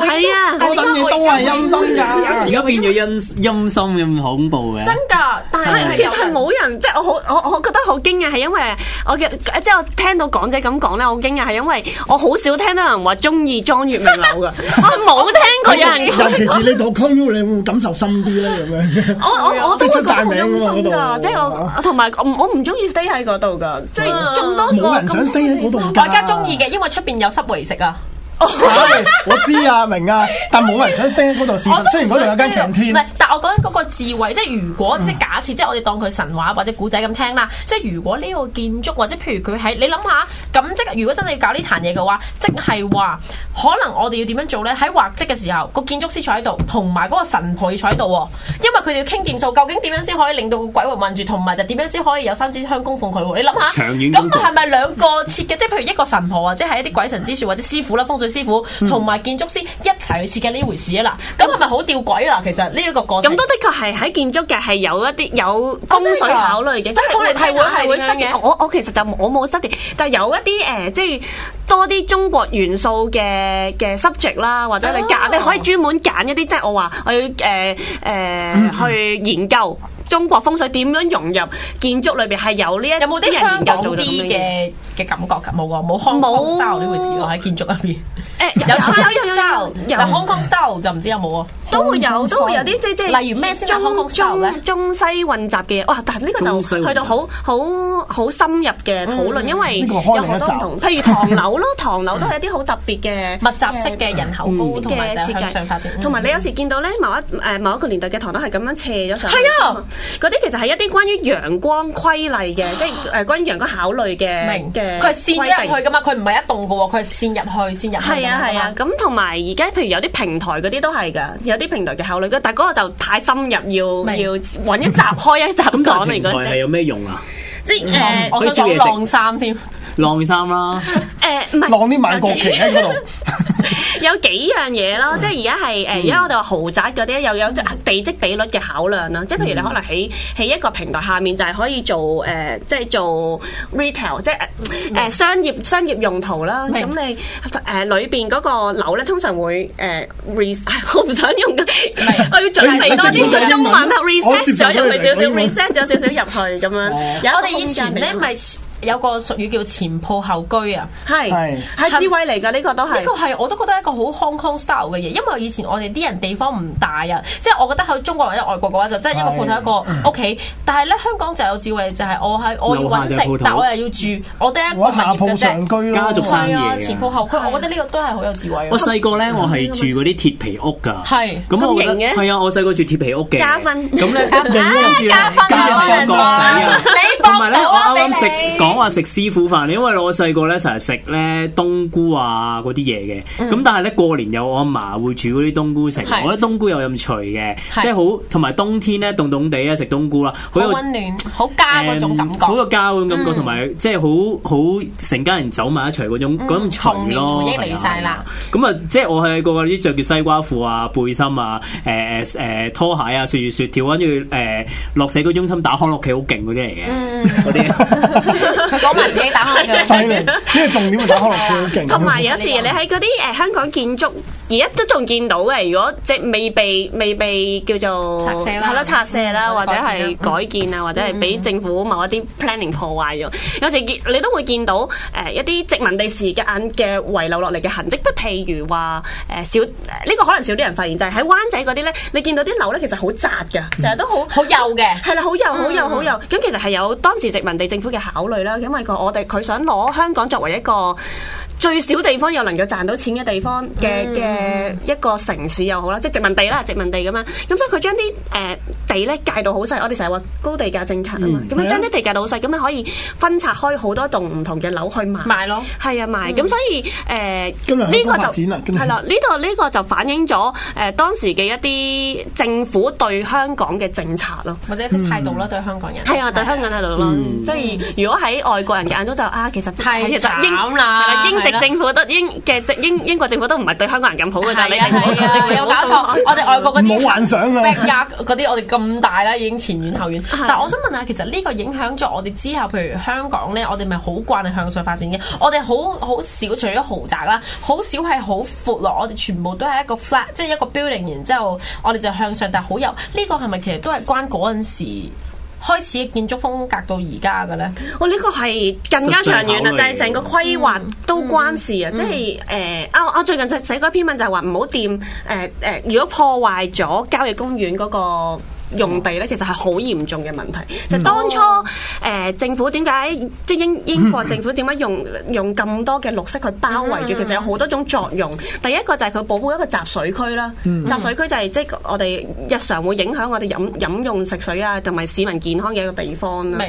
[SPEAKER 9] 係啊，
[SPEAKER 6] 嗰陣嘢都係陰森㗎。
[SPEAKER 8] 而家變咗陰陰森咁恐怖嘅
[SPEAKER 7] 真，㗎，但係
[SPEAKER 9] 其實係冇人，即係我好，我我覺得好驚訝，係因為我嘅即係我聽到港姐咁講咧，我好驚訝係因為我好少聽到有人話中意莊月明樓 噶， 我冇聽過有人
[SPEAKER 6] 尤其是你讀 c o n 你會感受深啲咧咁 樣。
[SPEAKER 9] 我我我都會覺得好陰
[SPEAKER 6] 即係出晒名
[SPEAKER 9] 森
[SPEAKER 6] 㗎嘛
[SPEAKER 9] 㗎，
[SPEAKER 6] 嗰度嗯
[SPEAKER 9] 即係我同埋我唔我唔中意 stay 喺嗰度㗎，即係咁多個
[SPEAKER 6] 冇人想
[SPEAKER 9] 咁
[SPEAKER 6] stay 喺嗰度㗎。
[SPEAKER 7] 我而家中意嘅，因為出邊有濕圍食啊。
[SPEAKER 6] 係。我知啊，明啊，但冇人想 stay 喺嗰度。事
[SPEAKER 7] 我
[SPEAKER 6] 實
[SPEAKER 7] 都
[SPEAKER 6] 雖然嗰度有
[SPEAKER 9] 啊
[SPEAKER 6] 間強
[SPEAKER 7] 唔
[SPEAKER 6] 天
[SPEAKER 7] 係，，但我講緊嗰個智慧，即係如果即係假設，即係我哋當佢神話或者古仔咁聽啦。即係如果呢個建築或者譬如佢喺你諗下，咁即係如果真係要搞呢壇嘢嘅話，即係話可能我哋要點樣做咧？喺畫則嘅時候，個建築師坐喺度，同埋嗰個神婆要坐喺度喎，因為佢哋要傾掂數，究竟點樣先可以令到個鬼魂混住，同埋就點樣先可以有三支香供奉佢喎？你諗下，
[SPEAKER 8] 長遠
[SPEAKER 7] 咁
[SPEAKER 8] 供
[SPEAKER 7] 佢
[SPEAKER 8] 奉
[SPEAKER 7] 係咪兩個設嘅？即係譬如一個神婆，或者係一啲鬼神之術，或者師傅啦、風水師傅同埋建築師一齊去設計呢回事啊啦。咁係咪好吊詭啦？其實呢一個過程
[SPEAKER 9] 咁都的確係喺建築嘅係有一啲有
[SPEAKER 7] 啊
[SPEAKER 9] 風
[SPEAKER 7] 真係㗎
[SPEAKER 9] 水考慮嘅，即
[SPEAKER 7] 真係
[SPEAKER 9] 係我哋係會
[SPEAKER 7] 係
[SPEAKER 9] 係會
[SPEAKER 7] 點樣
[SPEAKER 9] study
[SPEAKER 7] 嘅。
[SPEAKER 9] 我我其實就我冇 study，但係有一啲誒、呃即係多啲中國元素嘅嘅 subject 啦，或者你揀、
[SPEAKER 7] 哦
[SPEAKER 9] 你可以專門揀一啲，即係我話我要誒誒、呃去研究。中國風水點樣融入建築裏邊係有呢一
[SPEAKER 7] 有冇啲
[SPEAKER 9] 人
[SPEAKER 7] 香
[SPEAKER 9] 研
[SPEAKER 7] 港
[SPEAKER 9] 究做
[SPEAKER 7] 啲
[SPEAKER 9] 到咁樣
[SPEAKER 7] 嘅嘅感覺㗎？冇喎，冇 Hong
[SPEAKER 9] 冇
[SPEAKER 7] Kong style 呢回事喎，喺建築入邊
[SPEAKER 9] 誒
[SPEAKER 7] 有
[SPEAKER 9] 有
[SPEAKER 7] Chinese
[SPEAKER 9] 有有
[SPEAKER 7] style，
[SPEAKER 9] 有
[SPEAKER 7] 但 Hong Kong style 就唔知有冇啊。
[SPEAKER 9] 都會有，都會有啲即即
[SPEAKER 7] 例如咩先係
[SPEAKER 9] 中
[SPEAKER 7] Hong Kong style 咧
[SPEAKER 9] 中中西混雜嘅嘢，哇！但係呢個
[SPEAKER 8] 中西混
[SPEAKER 9] 就
[SPEAKER 8] 雜
[SPEAKER 9] 去到好好好深入嘅討
[SPEAKER 7] 嗯
[SPEAKER 9] 論，因為
[SPEAKER 6] 呢個
[SPEAKER 9] 有
[SPEAKER 6] 開
[SPEAKER 9] 好
[SPEAKER 6] 另
[SPEAKER 9] 多
[SPEAKER 6] 一集
[SPEAKER 9] 唔同，譬如唐樓咯， 唐樓都係一啲好特別嘅
[SPEAKER 7] 密集式嘅人口高同埋
[SPEAKER 9] 嘅
[SPEAKER 7] 就
[SPEAKER 9] 設
[SPEAKER 7] 係向上發展嗯
[SPEAKER 9] 計，，同埋你有時見到咧某一誒某一個年代嘅堂都係咁樣斜咗上去，
[SPEAKER 7] 係啊，
[SPEAKER 9] 嗰啲其實係一啲關於陽光規例嘅，即係誒關於陽光考慮嘅
[SPEAKER 7] 明
[SPEAKER 9] 嘅
[SPEAKER 7] 佢係線
[SPEAKER 9] 規定
[SPEAKER 7] 入去㗎嘛，佢唔係一棟㗎喎，佢係線入去線入去㗎嘛。
[SPEAKER 9] 係啊係啊，咁同埋而家譬如有啲平台嗰啲都係噶，有啲平台嘅考慮，但係嗰個就太深入，要
[SPEAKER 7] 明
[SPEAKER 9] 要揾一集開一集
[SPEAKER 8] 咁但係
[SPEAKER 9] 講嚟
[SPEAKER 8] 平台
[SPEAKER 9] 嗰
[SPEAKER 8] 係
[SPEAKER 9] 隻，
[SPEAKER 8] 有咩用啊？
[SPEAKER 9] 即係誒
[SPEAKER 7] 我想
[SPEAKER 8] 可
[SPEAKER 7] 講
[SPEAKER 8] 以燒嘢食
[SPEAKER 7] 晾衫添，
[SPEAKER 8] 晾衫啦，
[SPEAKER 9] 誒呃唔係
[SPEAKER 6] 晾啲萬國旗喺嗰度。 嗯
[SPEAKER 9] 有幾樣嘢咯，即係而家係呃誒，而家我哋話豪宅嗰啲又有地積比率嘅考量啦，即係譬如
[SPEAKER 6] 嗯
[SPEAKER 9] 你可能喺喺一個平台下面就係可以做誒、呃即係做 retail，即係誒
[SPEAKER 6] 嗯
[SPEAKER 9] 誒商業商業用途啦。咁
[SPEAKER 7] 明
[SPEAKER 9] 你誒裏邊嗰個樓咧，通常會誒 re，我 唔想用，我要準備多啲個中文啦
[SPEAKER 6] 我接
[SPEAKER 9] ，reset
[SPEAKER 6] 受
[SPEAKER 9] 咗入去少
[SPEAKER 6] 我哦
[SPEAKER 9] 少
[SPEAKER 6] 明我明
[SPEAKER 9] ，reset 咗少少入去咁樣。有一個
[SPEAKER 7] 我哋以前
[SPEAKER 9] 空間俾
[SPEAKER 7] 咧
[SPEAKER 9] 佢
[SPEAKER 7] 咪有個俗語叫前鋪後居啊。
[SPEAKER 9] 係
[SPEAKER 6] 係
[SPEAKER 9] 係智慧嚟㗎，呢個都係
[SPEAKER 7] 呢個。哦係我都覺得一個好 Hong Kong style 嘅嘢，因為以前我哋啲人地方唔大啊，即係我覺得喺中國或者外國嘅話就真係一個鋪頭一個屋企，但係咧香港就有智慧，就係我係我要揾
[SPEAKER 8] 樓下就有鋪
[SPEAKER 7] 食
[SPEAKER 8] 頭，
[SPEAKER 7] 但我又要住，我得一個物
[SPEAKER 6] 我下
[SPEAKER 7] 業
[SPEAKER 6] 鋪
[SPEAKER 7] 嘅
[SPEAKER 6] 上
[SPEAKER 7] 啫。
[SPEAKER 6] 居咯，
[SPEAKER 8] 家族
[SPEAKER 7] 係
[SPEAKER 8] 生
[SPEAKER 7] 啊，
[SPEAKER 8] 生意嚟嘅
[SPEAKER 7] 前鋪後居，我覺得呢個都係好有智慧啊
[SPEAKER 8] 我。細個咧，我係住嗰啲鐵皮屋㗎。
[SPEAKER 7] 係
[SPEAKER 8] 咁我覺得
[SPEAKER 9] 咁型嘅
[SPEAKER 8] 係啊，我細個住鐵皮屋嘅。
[SPEAKER 9] 加分
[SPEAKER 8] 咁咧，跟住咧，
[SPEAKER 7] 加分啊
[SPEAKER 8] 加分角仔啊！
[SPEAKER 7] 你
[SPEAKER 8] 同埋咧，
[SPEAKER 7] 搏到
[SPEAKER 8] 我
[SPEAKER 7] 啊
[SPEAKER 8] 啱啱食
[SPEAKER 7] 俾你
[SPEAKER 8] 港講話食師傅飯，因為我細個咧成日食咧冬菇啊嗰啲嘢嘅，
[SPEAKER 7] 嗯
[SPEAKER 8] 咁但係咧過年有我阿嫲會煮嗰啲冬菇食，
[SPEAKER 7] 係
[SPEAKER 8] 我覺得冬菇有咁脆嘅，
[SPEAKER 7] 係
[SPEAKER 8] 即係好同埋冬天咧凍凍地啊食冬菇啦，
[SPEAKER 7] 好
[SPEAKER 8] 好有
[SPEAKER 7] 温暖，好家嗰種感覺。
[SPEAKER 8] 好有家嗰種感覺，
[SPEAKER 7] 嗯
[SPEAKER 8] 同埋即係好好成家人走埋一齊嗰種嗰種
[SPEAKER 7] 嗯童
[SPEAKER 8] 脆
[SPEAKER 7] 年
[SPEAKER 8] 咯，
[SPEAKER 7] 回憶嚟晒啦。
[SPEAKER 8] 咁啊，即係我係個個啲着住西瓜褲啊、背心啊、誒誒誒拖鞋啊、雪月雪條，跟住誒落社區中心打康樂棋好勁嗰啲嚟嘅。
[SPEAKER 7] 嗯佢講埋自己打開嘅，
[SPEAKER 6] 犀利，呢個重點係打開落去好勁。
[SPEAKER 9] 同埋有時你喺嗰啲誒呃香港建築，而家都仲見到嘅。如果即係未被未被叫做
[SPEAKER 7] 拆卸啦
[SPEAKER 9] 係咯拆卸啦，
[SPEAKER 7] 嗯
[SPEAKER 9] 或者
[SPEAKER 7] 改建嗯
[SPEAKER 9] 係改建啊，或者係俾政府某一啲 planning 破壞咗。有時見你都會見到誒一啲殖民地時間嘅遺留落嚟嘅痕跡，不譬如話誒少呃呢個可能少啲人發現，就係喺灣仔嗰啲咧，你見到啲樓咧其實好窄㗎，成日都好
[SPEAKER 7] 好幼嘅。
[SPEAKER 9] 係啦，好幼
[SPEAKER 6] 嗯
[SPEAKER 9] 好幼好幼。咁其實係有當時殖民地政府嘅考慮啦，因為個我哋佢想攞香港作為一個最少地方又能夠賺到錢嘅地方嘅
[SPEAKER 6] 嗯
[SPEAKER 9] 嘅一個城市又好啦，即係殖民地啦，殖民地咁樣。咁所以佢將啲誒地咧界到好細，我哋成日話高地價政策啊嘛。咁
[SPEAKER 6] 係
[SPEAKER 9] 樣
[SPEAKER 6] 啊
[SPEAKER 9] 將啲地界到好細，咁樣可以分拆開好多棟唔同嘅樓去賣。
[SPEAKER 7] 賣咯，
[SPEAKER 9] 係啊賣。咁所以誒
[SPEAKER 6] 嗯今日
[SPEAKER 9] 呢
[SPEAKER 6] 香
[SPEAKER 9] 個
[SPEAKER 6] 港發
[SPEAKER 9] 就
[SPEAKER 6] 展啊啦，今日
[SPEAKER 9] 係啦，呢度呢個就反映咗誒當時嘅一啲政府對香港嘅政策咯。
[SPEAKER 7] 或者啲態度啦，對香港人嗯
[SPEAKER 9] 係啊，對香港態度咯，即係如果喺外國人嘅眼中就啊，其實
[SPEAKER 7] 太
[SPEAKER 9] 其實英
[SPEAKER 7] 慘啦
[SPEAKER 9] 係啦，英
[SPEAKER 7] 係啦
[SPEAKER 9] 籍政府都英嘅殖英英國政府都唔係對香港人咁好嘅
[SPEAKER 7] 係
[SPEAKER 9] 咋，
[SPEAKER 7] 啊
[SPEAKER 9] 你哋唔好
[SPEAKER 7] 係啊，
[SPEAKER 9] 你哋
[SPEAKER 7] 有
[SPEAKER 9] 唔
[SPEAKER 7] 搞
[SPEAKER 9] 好
[SPEAKER 7] 錯，我哋外國嗰啲
[SPEAKER 6] 冇幻想啊
[SPEAKER 7] back yard 嗰啲我哋咁大啦，已經前院後院。
[SPEAKER 9] 係
[SPEAKER 7] 但我想問下，其實呢個影響咗我哋之後，譬如香港咧，我哋咪好慣係向上發展嘅。我哋好好少，除咗豪宅啦，好少係好闊落，我哋全部都係一個 flat，即係一個 building，然之後我哋就向上，但係好有呢個係咪其實都係關嗰陣時開始嘅建築風格到而家嘅咧？
[SPEAKER 9] 我哦呢個係更加長遠
[SPEAKER 8] 實際考
[SPEAKER 9] 啦，
[SPEAKER 8] 慮嗯
[SPEAKER 9] 就係成個規劃都關事啊！即係誒啊！我最近就寫過一篇文，就係話唔好掂誒誒，如果破壞咗郊野公園嗰個。用地咧，
[SPEAKER 8] 嗯
[SPEAKER 9] 其實係好嚴重嘅問題。就當初誒、政府點解即係英英國政府點 解用用咁多嘅綠色去包圍
[SPEAKER 8] 嗯
[SPEAKER 9] 住？其實有好多種作用。第一個就係佢保護一個集水區啦，
[SPEAKER 8] 嗯
[SPEAKER 9] 集水區就係即係我哋日常會影響我哋飲飲用食水啊，同埋市民健康嘅一個地方啦。
[SPEAKER 7] 明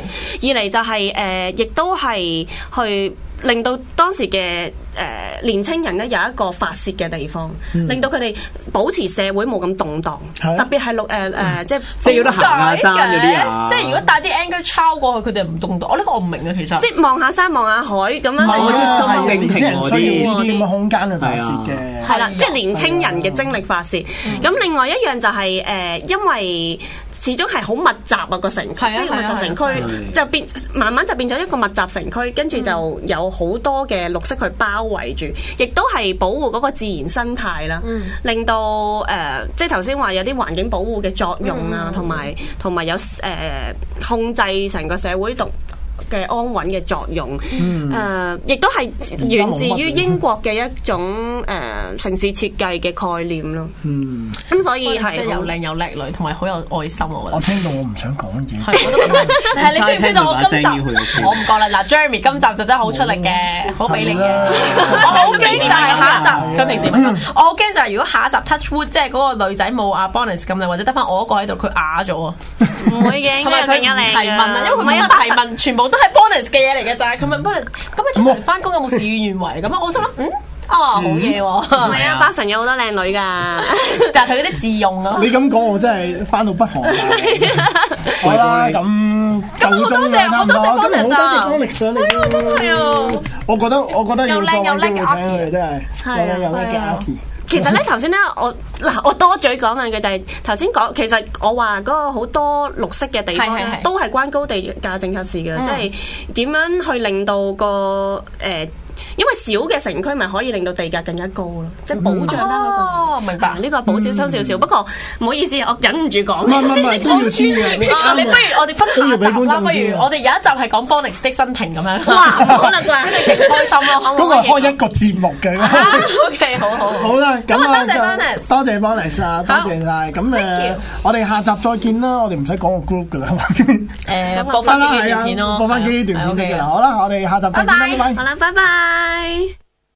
[SPEAKER 9] 二嚟就係、呃亦都係去令到當時嘅誒、呃年青人咧有一個發泄嘅地方，令到佢哋保持社會冇咁動盪，
[SPEAKER 6] 嗯係啊
[SPEAKER 9] 特別係綠誒誒即係
[SPEAKER 8] 即係有得行下山嗰啲啊
[SPEAKER 7] 即係如果帶啲 anger child 過去，佢哋唔動到。我呢個我唔明啊，其實
[SPEAKER 9] 即係望下山望下海咁樣
[SPEAKER 6] 唔係
[SPEAKER 8] 我
[SPEAKER 6] 啊
[SPEAKER 8] 即
[SPEAKER 9] 係。
[SPEAKER 8] 係心
[SPEAKER 6] 係
[SPEAKER 8] 靈
[SPEAKER 6] 年
[SPEAKER 8] 平
[SPEAKER 6] 輕人啊
[SPEAKER 8] 和
[SPEAKER 6] 需要
[SPEAKER 8] 啲啊
[SPEAKER 6] 呢啲咁嘅空間去發泄嘅。
[SPEAKER 9] 係啦，即係年青人嘅精力發泄。
[SPEAKER 6] 嗯
[SPEAKER 9] 咁另外一樣就係誒，因為始終係好密集啊個城區，即
[SPEAKER 7] 係啊
[SPEAKER 9] 係密集城區就變慢慢就變咗一個密集城區，跟住
[SPEAKER 7] 嗯
[SPEAKER 9] 就有好多嘅綠色去包圍住，亦都係保護嗰個自然生態啦，
[SPEAKER 7] 嗯
[SPEAKER 9] 令到誒即係頭先話有啲環境保護嘅作用
[SPEAKER 7] 嗯
[SPEAKER 9] 啊，同埋同埋有誒控制成個社會動嘅安穩嘅作用，誒、
[SPEAKER 7] 嗯
[SPEAKER 9] 亦都係源自於英國嘅一種誒、呃城市設計嘅概念咯。
[SPEAKER 6] 嗯，
[SPEAKER 9] 咁所以
[SPEAKER 7] 即係
[SPEAKER 9] 係
[SPEAKER 7] 又靚又叻女，同埋好有愛心啊我覺
[SPEAKER 6] 我
[SPEAKER 7] 得。
[SPEAKER 6] 聽到我唔想講嘢。
[SPEAKER 7] 係，我都覺得 但係你 feel 唔 feel 到我今集
[SPEAKER 8] 齋聽佢把聲要去？
[SPEAKER 7] 我唔覺啦，嗱，Jeremy 今集就真係好出力嘅，好俾力嘅。我 好驚就係下一集，佢平時唔係咁我好驚就係如果下一集 Touch Wood，即係嗰個女仔冇阿 Bonus 咁靚，或者得翻我一個喺度，佢啞咗啊。
[SPEAKER 9] 唔會嘅，
[SPEAKER 7] 同埋佢
[SPEAKER 9] 佢
[SPEAKER 7] 唔
[SPEAKER 9] 更加靚㗎
[SPEAKER 7] 提問啊，因為
[SPEAKER 9] 唔
[SPEAKER 7] 佢
[SPEAKER 9] 係
[SPEAKER 7] 今日
[SPEAKER 9] 啊
[SPEAKER 7] 提問全部都係 bonus 嘅嘢嚟嘅咋，佢問 bonus，咁你出嚟翻工有冇事與願違咁啊？我心諗嗯。啊，好嘢
[SPEAKER 9] 唔係
[SPEAKER 7] 喎！
[SPEAKER 9] 啊，八神有好多靚女㗎。
[SPEAKER 7] 但係佢嗰啲自用啊，
[SPEAKER 6] 你咁講，我真係翻到北韓啦。好啦，咁
[SPEAKER 7] 咁好
[SPEAKER 6] 夠鐘
[SPEAKER 7] 多
[SPEAKER 6] 啦，
[SPEAKER 7] 謝
[SPEAKER 6] 差唔
[SPEAKER 7] 好多謝 Bonus
[SPEAKER 6] 今日好多謝 Bonus 上嚟真
[SPEAKER 7] 係啊！
[SPEAKER 6] 我覺得我覺得要
[SPEAKER 7] 又
[SPEAKER 6] 再
[SPEAKER 7] 靚又
[SPEAKER 6] 揾
[SPEAKER 7] 叻嘅
[SPEAKER 6] 機會請
[SPEAKER 7] Aki
[SPEAKER 6] 佢真係，
[SPEAKER 9] 係啊
[SPEAKER 6] 有靚有叻
[SPEAKER 7] 係
[SPEAKER 6] 嘅
[SPEAKER 7] 啊
[SPEAKER 6] Aki。
[SPEAKER 9] 其實咧，頭先咧，我嗱我多嘴講兩句就係頭先講，其實我話嗰個好多綠色嘅地方
[SPEAKER 7] 係係
[SPEAKER 9] 咧
[SPEAKER 7] 係，
[SPEAKER 9] 都係關高地價政策事嘅，即係點樣去令到個誒、呃因為小嘅城區咪可以令到地價更加高咯，即係保障啦嗰個。
[SPEAKER 7] 哦，明白
[SPEAKER 9] 嗱，。呢個補少收少少，不過唔好意思，我忍唔住
[SPEAKER 6] 唔係
[SPEAKER 9] 講。
[SPEAKER 6] 唔係唔 係，都要知嘅。你
[SPEAKER 7] 啊，你不如我哋分
[SPEAKER 6] 都要俾
[SPEAKER 7] 下集
[SPEAKER 6] 觀
[SPEAKER 7] 啦，
[SPEAKER 6] 眾
[SPEAKER 7] 不
[SPEAKER 6] 知
[SPEAKER 7] 如
[SPEAKER 6] 啊
[SPEAKER 7] 我哋有一集係講 bonus 的生平咁樣。
[SPEAKER 9] 哇，唔 好啦
[SPEAKER 7] 真
[SPEAKER 9] 啩，
[SPEAKER 7] 係勁開心咯！
[SPEAKER 6] 嗰個係開一個節目嘅。
[SPEAKER 7] O K，好好好。
[SPEAKER 6] 好啦，咁啊，
[SPEAKER 7] 咁啊
[SPEAKER 6] 多謝 Bonus 啊，多謝晒。咁
[SPEAKER 7] Thank
[SPEAKER 6] 誒
[SPEAKER 7] you，
[SPEAKER 6] 我哋下集再見啦。我哋唔使講個 group 噶啦，係嘛
[SPEAKER 7] 誒，播翻
[SPEAKER 6] 得啦
[SPEAKER 7] 幾
[SPEAKER 6] 係
[SPEAKER 7] 段
[SPEAKER 6] 啊
[SPEAKER 7] 片咯，
[SPEAKER 6] 播翻幾段片得
[SPEAKER 7] 係
[SPEAKER 6] 㗎啦。
[SPEAKER 7] 啊，OK
[SPEAKER 6] 好啦，我哋下集再見啦，
[SPEAKER 7] 拜拜
[SPEAKER 6] 拜拜
[SPEAKER 9] 好。啦，拜拜。